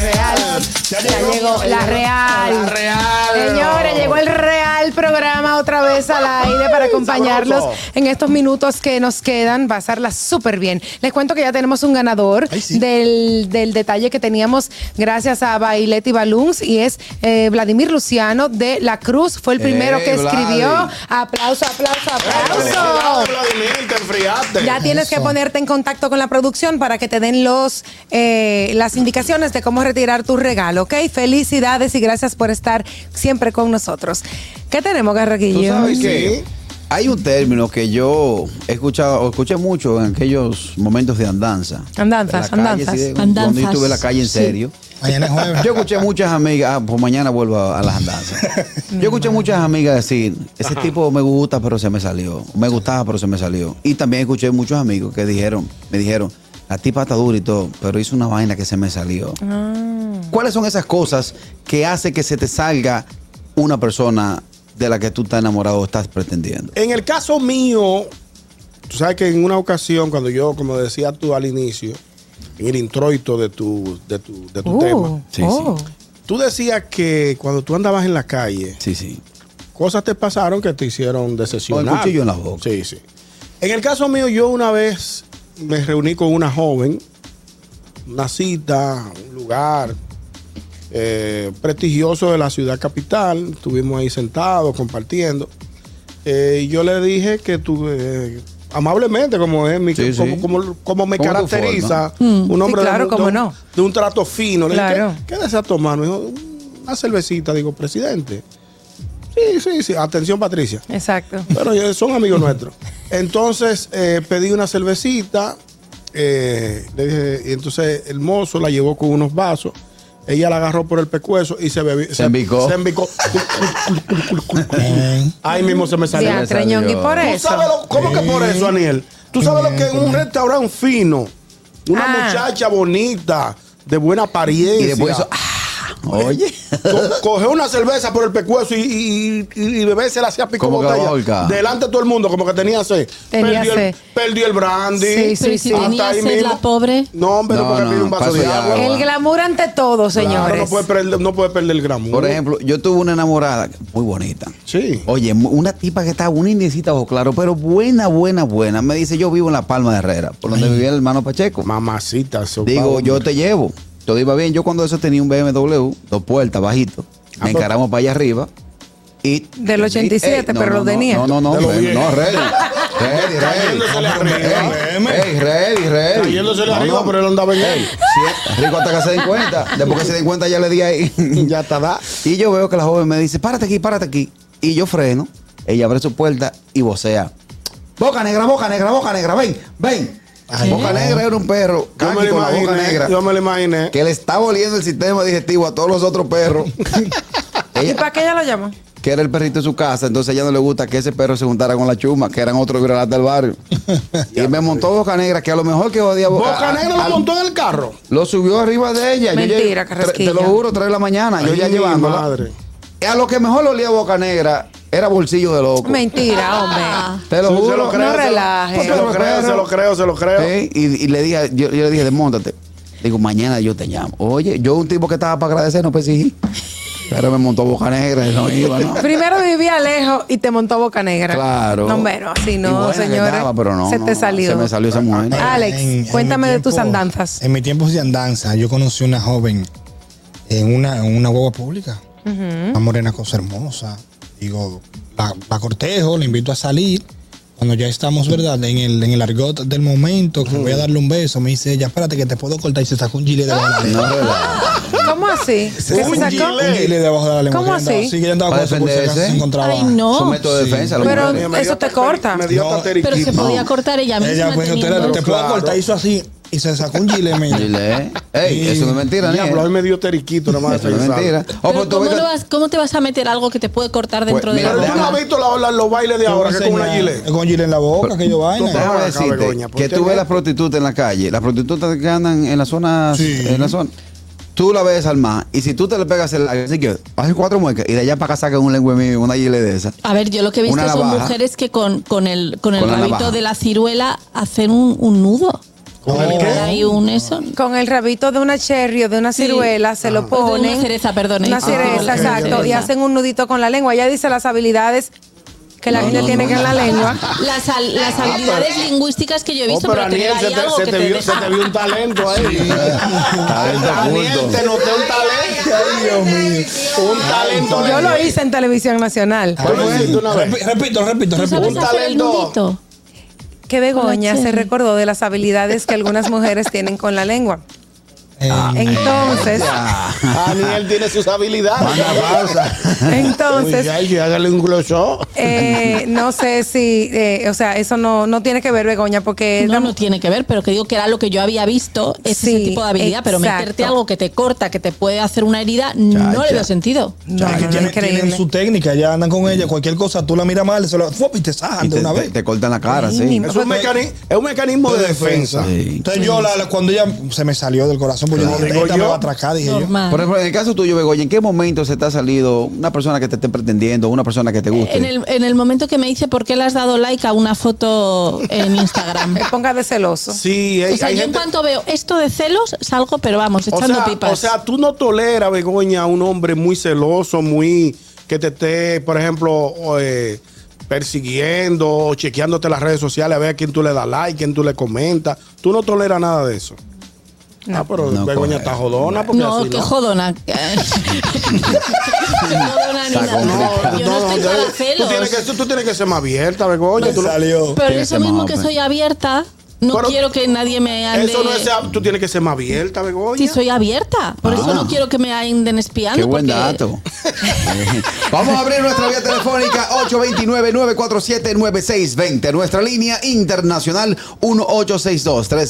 Real. Ya Ya llegó la La real. real. Señores, llegó el real programa otra vez al aire para acompañarlos sabroso. en estos minutos que nos quedan. Pasarla súper bien. Les cuento que ya tenemos un ganador Ay, sí. del, del detalle que teníamos gracias a Bailetti Balloons y es eh, Vladimir Luciano de La Cruz. Fue el primero Ey, que escribió. Vladi. Aplauso, aplauso, ¡Bravo, aplauso. Vladimir, te enfriaste. Ya tienes que ponerte en contacto con la producción para que te den los eh, las indicaciones de cómo retirar tu regalo, ¿ok? Felicidades y gracias por estar siempre con nosotros. ¿Qué tenemos, ¿Tú Garraquillo? sabes qué? Hay un término que yo he escuchado, o escuché mucho en aquellos momentos de andanza. Andanzas, De la calle, andanzas. sí, de- Cuando yo Andanzas. estuve en la calle en Sí. serio. Mañana es jueves. Yo escuché muchas amigas, ah, pues mañana vuelvo a, a las andanzas. Yo escuché muchas amigas decir, ese tipo me gusta pero se me salió, me gustaba pero se me salió. Y también escuché muchos amigos que dijeron, me dijeron, la tipa está dura y todo, pero hizo una vaina que se me salió. ¿Cuáles son esas cosas que hace que se te salga una persona de la que tú estás enamorado o estás pretendiendo? En el caso mío, tú sabes que en una ocasión, cuando yo, como decía tú al inicio, en el introito de tu, de tu, de tu Uh, tema, Sí, oh. tú decías que cuando tú andabas en la calle, Sí, sí. cosas te pasaron que te hicieron decepcionar. Con el cuchillo en la boca. Sí, sí. En el caso mío, yo una vez me reuní con una joven, una cita, un lugar eh, prestigioso de la ciudad capital. Estuvimos ahí sentados, compartiendo. Eh, y yo le dije que tú, eh, amablemente, como es mi, Sí, sí. Como, como- como me Como tu caracteriza, Mm, un hombre sí, de claro, mu- de, cómo un- no. de un trato fino. Le Claro. dije, ¿qué, qué deseas tomar? Me dijo, una cervecita, digo, presidente. Sí, sí, sí. Atención, Patricia. Exacto. Bueno, ellos son amigos nuestros. Entonces eh, pedí una cervecita. eh, le dije, y entonces el mozo la llevó con unos vasos. Ella la agarró por el pescuezo y se bebió. Se, embicó. Se embicó. Eh, Ahí mismo se me salió. Ya, treñón, y por ¿Tú eso. Eh, sabes lo- ¿Cómo que por eso, Daniel? ¿Tú sabes lo que en un restaurante fino, una Ah. muchacha bonita, de buena apariencia, Y después eso, ah, oye. co- coge una cerveza por el pescuezo y, y, y, y bebérsela así a pico Como que botella. va a ahorcar. delante de todo el mundo, como que tenía sed. Tenía perdió, sed. El, perdió el brandy. Sí, sí, sí. Pero si tenía ahí sed mismo. la pobre. No, hombre, No, no, porque no, pide un vaso paso de de agua. agua. El glamour ante todo, Claro, no señores. puede perder, no puede perder el gramo. Por ejemplo, Oh. yo tuve una enamorada muy bonita. Sí. Oye, mu- una tipa que estaba, una indiecita, ojo claro, pero buena, buena, buena. Me dice, yo vivo en La Palma de Herrera, por donde vivía el hermano Pacheco. mamacita, se Digo, yo te llevo. Todo iba bien. Yo cuando eso tenía un BMW, dos puertas, bajito. Ah, Me encaramos para allá arriba. Y, Del 87, Ey, no, pero no, lo no, tenía. No, no, no, De lo ready, bien. no, ready. Ready, Cayéndosele ready. arriba. Ey, ey, ready, ready. Cayéndosele No, arriba, no. pero él andaba en él. Sí, rico hasta que se den cuenta. Después que se den cuenta ya le di ahí. Ya está, da. Y yo veo que la joven me dice, párate aquí, párate aquí. Y yo freno, ella abre su puerta y vocea. Boca negra, boca negra, boca negra, ven, ven. Ay, boca no. negra era un perro, Yo caqui me lo con la boca imaginé. negra, Yo me lo imaginé. que le está oliendo el sistema digestivo a todos los otros perros. ¿Y Ella- para qué ella lo llama? que era el perrito de su casa, entonces a ella no le gusta que ese perro se juntara con la chuma, que eran otros viralatas del barrio. y me montó Boca Negra, que a lo mejor que odia Boca, Boca Negra lo montó en el carro. Lo subió arriba de ella. Yo Mentira, llegué- Carrasquilla. Te lo juro, 3 de la mañana, Ah, yo Ay, ya mi llevándola. madre. A lo que mejor lo olía Boca Negra era bolsillo de loco. Mentira, Ah. hombre. Te lo Sí, juro. se lo creo, no se lo- relaje. Se lo creo, se lo creo, se lo creo. Sí, Y, y le dije, yo, yo le dije, desmontate. Digo, mañana yo te llamo. Oye, yo un tipo que estaba para agradecer, no persigí. Pero me montó Boca Negra y no iba, ¿no? Primero vivía lejos y te montó boca negra. Claro. No, bueno, así Y no, buena que señores. estaba, pero no, se no, te no, salió. Se me salió esa mujer. Ah, Alex, cuéntame mi de tus andanzas. En mi tiempo de andanza, yo conocí una joven en una, en una guagua pública. Una morena cosa hermosa. Digo, la, la cortejo, la invito a salir. Cuando ya estamos, ¿verdad? En el, en el argot del momento, que voy a darle un beso, me dice ella, espérate que te puedo cortar y se sacó un gilet debajo de la lengua. No, relaja. ¿Cómo así? Se ¿Qué se sacó un sacó? gilet- un gilet debajo de la lengua. ¿Cómo Ella andaba así? Sí, ella andaba Para con eso por si acaso defenderse. se encontraba. Ay, no. Su método de Sí. defensa. lo Pero- Me mujeres. dio Eso te hasta- corta. Me dio No, hasta Pero se periquito. podía cortar ella misma. Ella, pues, teniendo- usted te Pero puedo claro. cortar, hizo así y se sacó un gilet, mira. Dile, Ey, Y- eso no es mentira, ni Diablo, a mí me dio teriquito, nada más. Eso de no es pensar. mentira. Oh, Pero pues, tú ¿cómo, ves lo que- vas, ¿Cómo te vas a meter algo que te puede cortar dentro Pues, de mira, la Pero tú no boca? has visto la- la- los bailes de Te voy ahora a que con una enseñar. gilet. Con gilet en la boca, que yo vaina. Déjame Ahora, decirte Begoña, ¿por que qué tú ves no? las prostitutas en la calle, las prostitutas que andan en las zonas, Sí. en la zona, Tú la ves al más y si tú te le pegas el así que hacen cuatro muecas y de allá para acá sacan un lengüe mío, una gile de esa. A ver, yo lo que he visto Una son navaja. mujeres que con, con el, con el Con la rabito navaja. de la ciruela hacen un, un nudo. ¿Con el Le qué? dan ahí un eso. Con el rabito de una cherry o de una Sí. ciruela se lo O Pues de una ponen. cereza, perdón, Una eh. cereza, Ah, ok, exacto. ok. Y hacen un nudito con la lengua. Ella dice las habilidades que la No, gente no, tiene no, que en no. la lengua. Las, al- las habilidades lingüísticas que yo he Ah, pues. Oh, visto, pero pero, que Aniel, hay se te, algo se que te te vio, de- se te vio un talento ahí. Ah, Talento Aniel, oculto. te noté un talento. Un talento. Yo lo hice en televisión nacional. Tú lo hiciste una vez. Repi- Repito, repito, ¿Tú repito. sabes hacer el talento. nudito? Que Begoña Hola, se Cherry. recordó de las habilidades que algunas mujeres tienen con la lengua. Eh, Entonces, Ah, Ah, Aniel tiene sus Manda habilidades. pausa. entonces, Uy, ay, sí, hágale un glosó. eh, no sé si, eh, o sea, eso no, no tiene que ver, Begoña, porque No, no tiene que ver, pero que digo que era lo que yo había visto, es Sí, ese tipo de habilidad, pero exacto. meterte algo que te corta, que te puede hacer una herida, no le Chacha. veo sentido. No, o sea, no, que no, tienen, increíble. tienen su técnica, ya andan con ella. Cualquier cosa, tú la miras mal, se lo ¡fuop! y te sajan Y de te, una te- vez. te cortan la cara, Ay, sí. mi- Es un, mecani- es un mecanismo de Pues, defensa. Sí. Entonces yo, la- la- cuando ella se me salió del corazón, porque yo dije, Digo esta me yo. va a atracar, dije yo. Normal. Por ejemplo, en el caso tuyo, Begoña, ¿en qué momento se te ha salido una persona que te esté pretendiendo, una persona que te guste? En el, en el momento que me dice por qué le has dado like a una foto en Instagram. Que ponga de celoso. Sí, hay, o sea, hay yo en gente. cuanto veo esto de celos, salgo, pero vamos, O echando sea, pipas. o sea, tú no toleras, Begoña, a un hombre muy celoso, muy que te esté, por ejemplo, o, eh, persiguiendo o chequeándote las redes sociales a ver a quién tú le das like, quién tú le comentas. Tú no toleras nada de eso. Ah, pero No, Begoña correcto. está jodona porque no, así que no. jodona. Que jodona ni Está nada. Yo complicado. no, estoy no, para tú, tienes celos. que, tú, tú tienes que ser más abierta, Begoña. Me Tú no- salió. Pero Tienes eso que ser mismo más que open. soy abierta, no pues. Pero- quiero que nadie me ande... eso no es, ser- tú tienes que ser más abierta, Begoña. Si soy abierta. Por eso Ah. no quiero que me anden Ah, espiando. Qué buen porque- dato. Sí. Vamos a abrir nuestra vía telefónica 829-947-9620. Nuestra línea internacional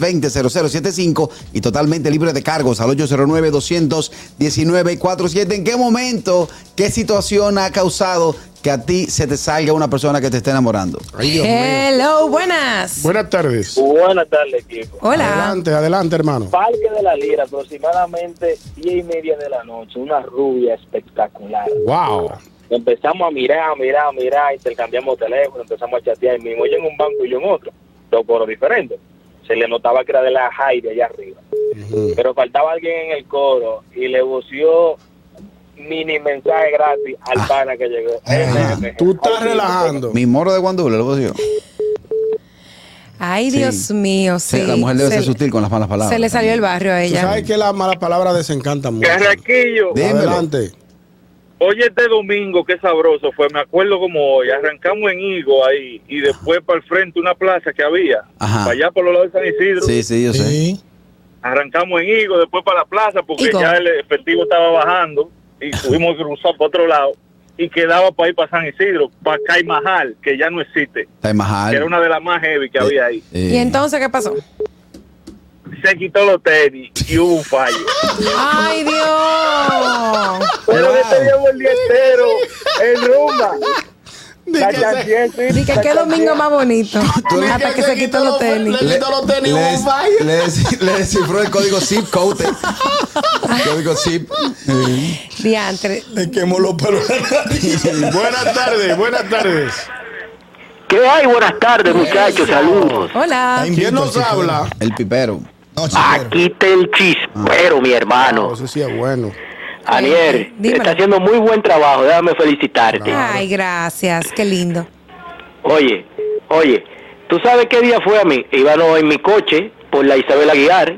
1862-320-0075 y totalmente libre de cargos al 809-219-47. ¿En qué momento, qué situación ha causado que a ti se te salga una persona que te esté enamorando? Ay, Dios mío. Hello, buenas. Buenas tardes. Buenas tardes, equipo. Hola. Adelante, adelante, hermano. Parque de la Lira, aproximadamente 10 y media de la noche. Una rubia espectacular. Wow. Empezamos a mirar, a mirar, a mirar. Intercambiamos teléfono, empezamos a chatear. Y mismo ella en un banco y yo en otro. Dos coros diferentes. Se le notaba que era de la high de allá arriba. Pero faltaba alguien en el coro y le buceó mini mensaje gratis al pana que llegó. Ah. Tú estás relajando. Mi moro de guandule, lo digo. Ay, Sí. Dios mío, sí. Sí, la mujer debe Se ser le- sutil con las malas palabras. Se le salió el barrio a Tú ella. sabes que las malas palabras desencantan mucho. Carraquillo, Dímelo. Adelante. Oye, este domingo, qué sabroso fue. Me acuerdo como hoy. Arrancamos en Higo ahí y después para el frente una plaza que había. Ajá. Para allá por los lados de San Isidro. Sí, sí, yo sé. Sí. Arrancamos en Higo, después para la plaza porque Higo. ya el efectivo estaba bajando y tuvimos que cruzar para otro lado y quedaba para ir para San Isidro, para Caimajal, que ya no existe. Está Eh, Que era majal. una de las más heavy que había ahí. ¿Y entonces qué pasó? Se quitó los tenis y hubo un fallo. ¡Ay, Dios! Pero que te llevo el día entero en rumba. La chancilla, sí, Dije, la qué domingo chancilla. más bonito. Hasta que se quitó los tenis. Le quitó los tenis, le- hubo un fallo. le des- le descifró el código zip code. El código zip. Diantre. Le quemó los pelos. de la nariz. Buenas tardes, buenas tardes. ¿Qué hay? Buenas tardes, muchachos. Saludos. Hola. Está ¿Quién invicto, nos chico. habla? El pipero. No, chico, Aquí está el chispero, mi hermano. Eso sí es bueno. Anier, Eh, dímelo. está haciendo muy buen trabajo. Déjame felicitarte. Ay, gracias. Qué lindo. Oye, oye, ¿tú sabes qué día fue a mí? Íbamos en mi coche por la Isabel Aguilar,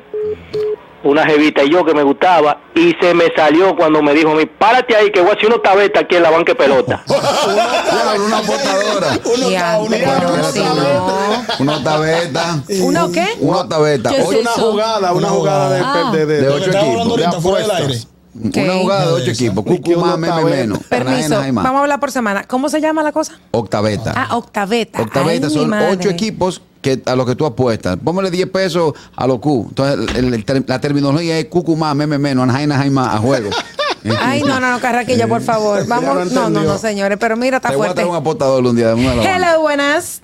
una jevita y yo que me gustaba, y se me salió cuando me dijo a mí, párate ahí que voy a hacer una tabeta aquí en la banca de pelota. Diablo, una botadora. Diantre, diablo, no, una sí, tabeta. no. Una tabeta. ¿Una o qué? Una tabeta. ¿Qué es Oye, Una Eso. jugada, una Una jugada jugada. de- de- de- De Lo que ocho de estaba hablando equipos. ahorita fuera del aire. apuestas. Una jugada de ocho Esa. equipos. Ni que Cucu, una más, meme, tabeta. menos. Permiso. Anaena, Jaima. Vamos a hablar por semana. ¿Cómo se llama la cosa? Octaveta. Ah, octaveta. Octaveta Ay, mi son madre. ocho equipos que, a los que tú apuestas. Póngale 10 pesos a los Q. Entonces, el- el ter- la terminología es cucu más, meme menos, Anaina, Jaima a juego. Ay, no, no, no, Eh, Carraquilla, por favor. lo Vamos. No, no, entendió. no, señores. Pero mira, está Te voy a fuerte. traer un apostador un día. una de la banda. Hello, buenas.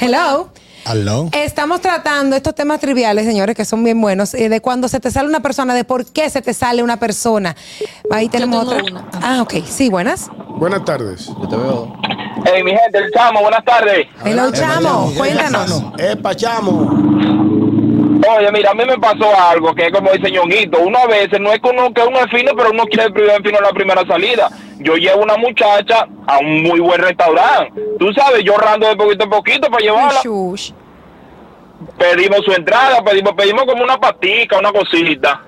Hello. Aló. Estamos tratando estos temas triviales, señores, que son bien buenos, eh, de cuando se te sale una persona, de por qué se te sale una persona. Ahí tenemos tengo otra. una. Ah, ok. Sí, buenas. Buenas tardes. Yo te veo. Hey, mi gente, el chamo, buenas tardes. Hello, chamo. Chamo. Cuéntanos. Epa, chamo. Oye, mira, a mí me pasó algo que es como dice Ñonguito. Uno a veces no es que uno, que uno es fino, pero uno quiere el primer fino en la primera salida. Yo llevo una muchacha a un muy buen restaurante. Tú sabes, yo rando de poquito a poquito para llevarla. Shush. pedimos su entrada, pedimos, pedimos como una pastica, una cosita.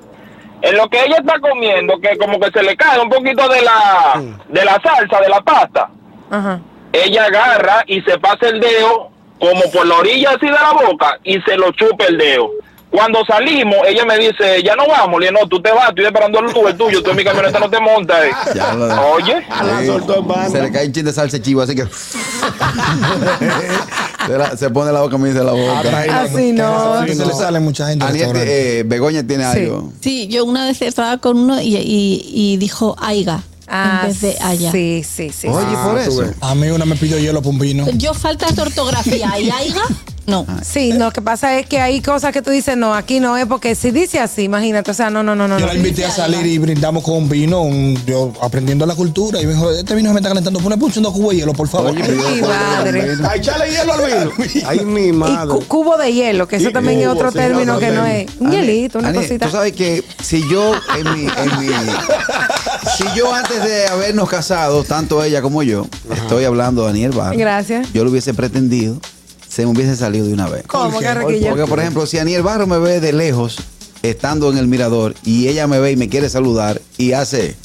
En lo que ella está comiendo, que como que se le cae un poquito de la, de la salsa, de la pasta, Ajá. ella agarra y se pasa el dedo como por la orilla así de la boca y se lo chupa el dedo. Cuando salimos, ella me dice, ya no vamos, le digo, no, tú te vas, estoy esperando el tuyo, el tuyo, tú en mi camioneta no te montas. eh". Ya lo de- Oye, la soltó en banda. Se le cae un chin de salsa chivo, así que. se, la- se pone la boca, me dice la boca. Así no. Así se le sale mucha gente. al Aniel, restaurante. eh, Begoña tiene Sí. algo. Sí, yo una vez estaba con uno y, y- y dijo Aiga Ah, en vez de Aya. Sí, sí, sí. Oye, Ah, por eso. A mí una me pidió hielo pumpino. Yo faltas de ortografía y Aiga, no. Ah. Sí, lo que pasa es que hay cosas que tú dices, no, aquí no es, porque si dice así, imagínate, o sea, no, no, no, no. Yo no. la invité a salir y brindamos con un vino, un- yo aprendiendo la cultura. Y me dijo, este vino se me está calentando, ponle punto de cubo de hielo, por favor. Oye, pero yo- Ay, madre. A echarle hielo al vino. Ay, mi Y madre. cu- cubo de hielo, que eso Y también es cubo, otro sí, término otro que no término. es. Un Aniel, hielito, una Aniel, cosita. Tú sabes que si yo, en mi, en mi- si yo antes de habernos casado, tanto ella como yo, estoy hablando de Daniel Barra. Gracias. Yo lo hubiese pretendido, se me hubiese salido de una vez. ¿Cómo, Carraquillo? Porque, por ejemplo, si Aniel Barro me ve de lejos, estando en el mirador, y ella me ve y me quiere saludar, y hace.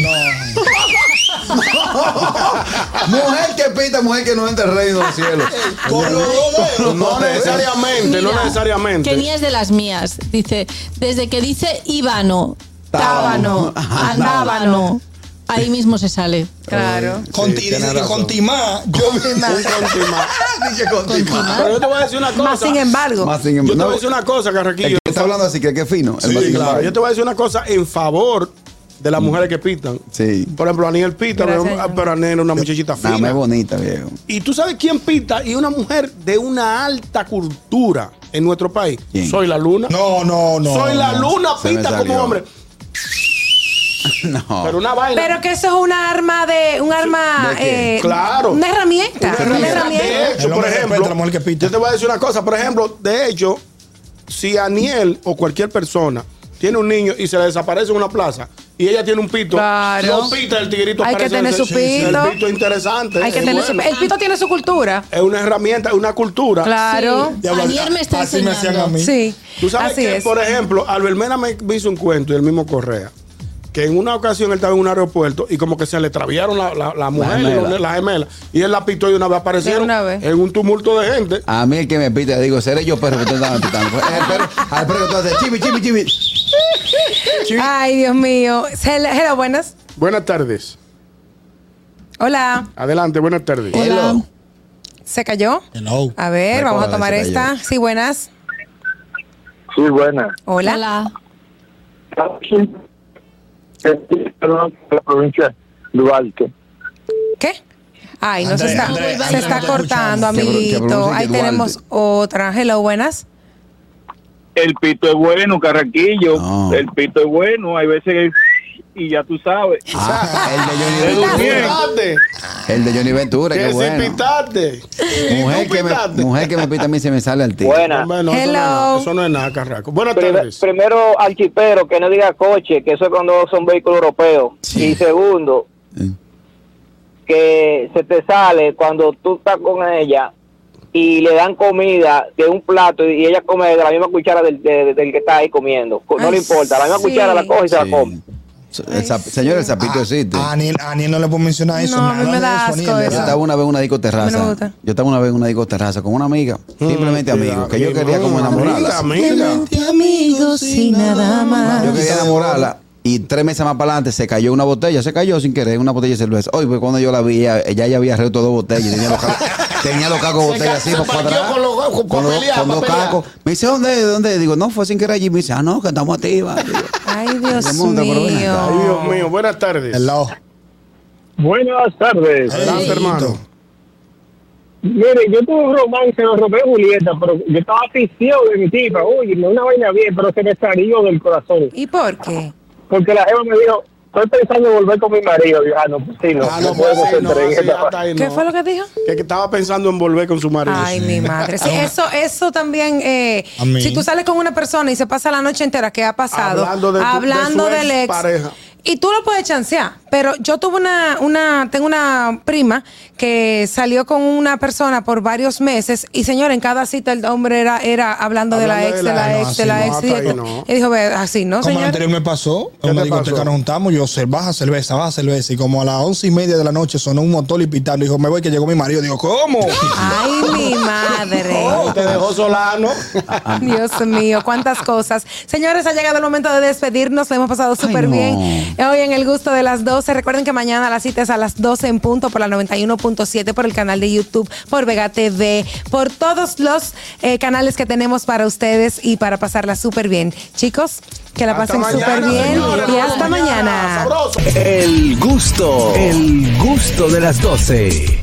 No. mujer que pita, mujer que no entra al reino de los cielos. Con los dos dedos. No necesariamente, no Mira, necesariamente. Kenia es de las mías. Dice, desde que dice Ivano, Tábano, Tábano, Andábano, ahí mismo se sale. Claro. Con, ti- tiene dice que razón. con Timá, yo Un contimá. Dije con timá. Pero yo te voy a decir una cosa. Más sin embargo. Más sin Yo embargo, te voy no, a decir una cosa, el Carraquillo. que está hablando así que que fino. el Sí, Martín claro. Barro. Yo te voy a decir una cosa en favor de las mujeres que pitan. Sí. Por ejemplo, Aniel pita, Gracias, pero- señor. pero Aniel es una muchachita Nada fina. más bonita, viejo. Y tú sabes quién pinta y una mujer de una alta cultura en nuestro país. ¿Quién? Soy la luna. No, no, no. Soy la no. luna, Se me pinta como salió. hombre. No. Ah. Pero una vaina. Pero que eso es una arma de. Un arma. ¿De qué? eh, Claro. Una herramienta. Una Una herramienta. De herramienta. hecho, El por hombre respeta a la ejemplo, mujer que pinta. yo te voy a decir una cosa. Por ejemplo, de hecho, si Aniel o cualquier persona tiene un niño y se le desaparece en una plaza y ella tiene un pito, Claro. no pita el tigrito. Hay que parece tener ser- su pito. El pito es interesante. Hay que es tener su- bueno. El pito tiene su cultura. Es una herramienta, es una cultura. Claro. Sí. Ayer me está Así me hacían a enseñando. mí. Sí. Tú sabes Así que, es. por ejemplo, Albert Mena me hizo un cuento y el mismo Correa. Que en una ocasión él estaba en un aeropuerto y como que se le traviaron la, la, la mujer, la gemela. gemela. y él la pitó y una vez aparecieron De una vez. Ah. en un tumulto de gente. A mí el que me pita, le digo, seré yo perro que ustedes estaban pitando. Pues, el perro, al perro que tú haces, chibi, chibi, chibi. Ay, Dios mío. Hello, hello, buenas. Buenas tardes. Hola. Adelante, buenas tardes. Hola. Hello. ¿Se cayó? Hello. A ver, vamos a Recuerda, tomar se cayó. esta. Sí, buenas. sí, buena. Hola. Hola. La provincia de Duarte. ¿Qué? Ay, no se Andrea, está, Andrea, se Andrea, está no te cortando, escuchamos. Que pro- que amiguito. pronuncie Ahí Duarte. tenemos otra. Hello, buenas. el pito es bueno, Carraquillo. No. El pito es bueno. Hay veces que. Y ya tú sabes. Ah, el de Edu Johnny Ventura. Bien. Pitaste, El de Johnny Ventura, qué que si bueno. pitaste. Mujer tú que, me, pitaste. mujer que me pita a mí se me sale al tiro. Buena. Bueno, eso no es Hello. nada, eso no es nada, carraco. Buenas Pri- tardes. Primero, al chipero, que no diga coche, que eso es cuando son vehículos europeos. Sí. Y segundo, Eh. que se te sale cuando tú estás con ella y le dan comida de un plato y ella come de la misma cuchara del, de- del que está ahí comiendo. No Ay, le importa, la misma sí. cuchara la coge y se Ah, Sí. la come. El zap- señor, el sapito existe. A Ah, Aniel, a Aniel no le puedo mencionar eso. No, a mí nada me da de asco Aniel, eso. Yo nada. estaba una vez A en una mí no me discoterraza. gusta. Yo estaba una vez en una discoterraza con una amiga, simplemente amigo, que yo quería como enamorarla. Amiga, amiga. Amigos y nada más. Yo quería enamorarla y tres meses más para adelante se cayó una botella, se cayó sin querer, una botella de cerveza. Hoy, pues cuando yo la vi, ella ella ya había reto dos botellas, y tenía los cacos, tenía los cacos de botella así, por cuadrado. Con, los- con los cacos. Me dice, ¿dónde? es? ¿Dónde? es?". Digo, no, fue sin querer allí. Me dice, ah, no, que estamos activas. Digo, Ay, Dios Dios mío. Ay, mío. Dios mío, buenas tardes. Hello. Buenas tardes. Adelante, Hey, hermano. Tito. Mire, yo tuve un romance, lo robé Julieta, pero yo estaba asfixiado de mi tipa. Oye, no una vaina bien, pero se me salió del corazón. ¿Y por qué? Porque la jefa me dijo, estoy pensando en volver con mi marido. Dije, ah, no, pues sí, no. Ah, no, no pues podemos sí, no, entrar en sí, esta hasta ahí ¿Qué no. fue lo que dijo? Que que estaba pensando en volver con su marido. Ay, mi madre. Sí, eso, eso también. eh, Ah. A mí. si tú sales con una persona y se pasa la noche entera, ¿qué ha pasado? Hablando de tu- Hablando de su del ex ex. pareja. Y tú lo puedes chancear, pero yo tuve una, una, tengo una prima que salió con una persona por varios meses y señor, en cada cita el hombre era, era hablando, de la Hablando ex, de la, no, ex, de así la no, ex. hasta y, ahí de- no. y dijo, "Ve, así, ¿no, Como el señor? anterior me pasó, en una te discoteca pasó? nos juntamos, yo cer- baja cerveza, baja cerveza. Y como a las once y media de la noche sonó un motor y pitando, dijo, me voy que llegó mi marido. Digo, ¿cómo? Ay, mi madre. Oh, te dejó solano. Dios mío, cuántas cosas. Señores, ha llegado el momento de despedirnos. Lo hemos pasado súper no. bien. Hoy en el gusto de las 12. Recuerden que mañana la cita es a las 12 en punto por la 91.7, por el canal de YouTube, por Vega TV, por todos los eh, canales que tenemos para ustedes y para pasarla súper bien. Chicos, que la Hasta pasen súper mañana, bien señores, y nos hasta vemos mañana. Sabroso. El gusto, el gusto de las 12.